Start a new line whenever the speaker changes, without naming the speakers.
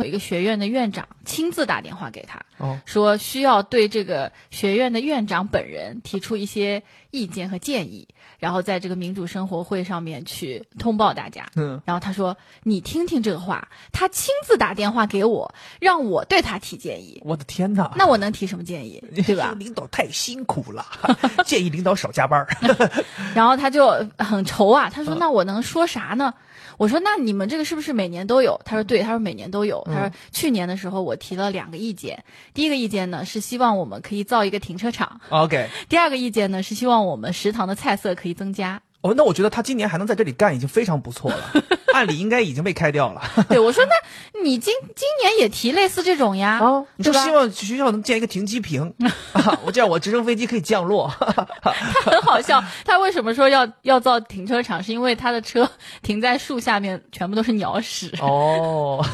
有一个学院的院长亲自打电话给他，
哦，
说需要对这个学院的院长本人提出一些意见和建议，然后在这个民主生活会上面去通报大家。
嗯，
然后他说：“你听听这个话，他亲自打电话给我，让我对他提建议。
我的天哪，
那我能提什么建议，对吧？
领导太辛苦了， 建议领导少加班儿。
然后他就很愁啊，他说：“
嗯
那我能说啥呢？”我说：“那你们这个是不是每年都有？”
嗯
他说：“对。”他说：“每年都有。”他说：“去年的时候我提了两个意见，第一个意见呢是希望我们可以造一个停车场，
OK，
第二个意见呢是希望我们食堂的菜色可以增加。
哦，那我觉得他今年还能在这里干，已经非常不错了。按理应该已经被开掉了。
对我说：“那你今今年也提类似这种呀？”
哦，你说
对吧
希望学校能建一个停机坪， 啊、我这样我直升飞机可以降落。
很好笑。他为什么说要要造停车场？是因为他的车停在树下面全部都是鸟屎。
哦，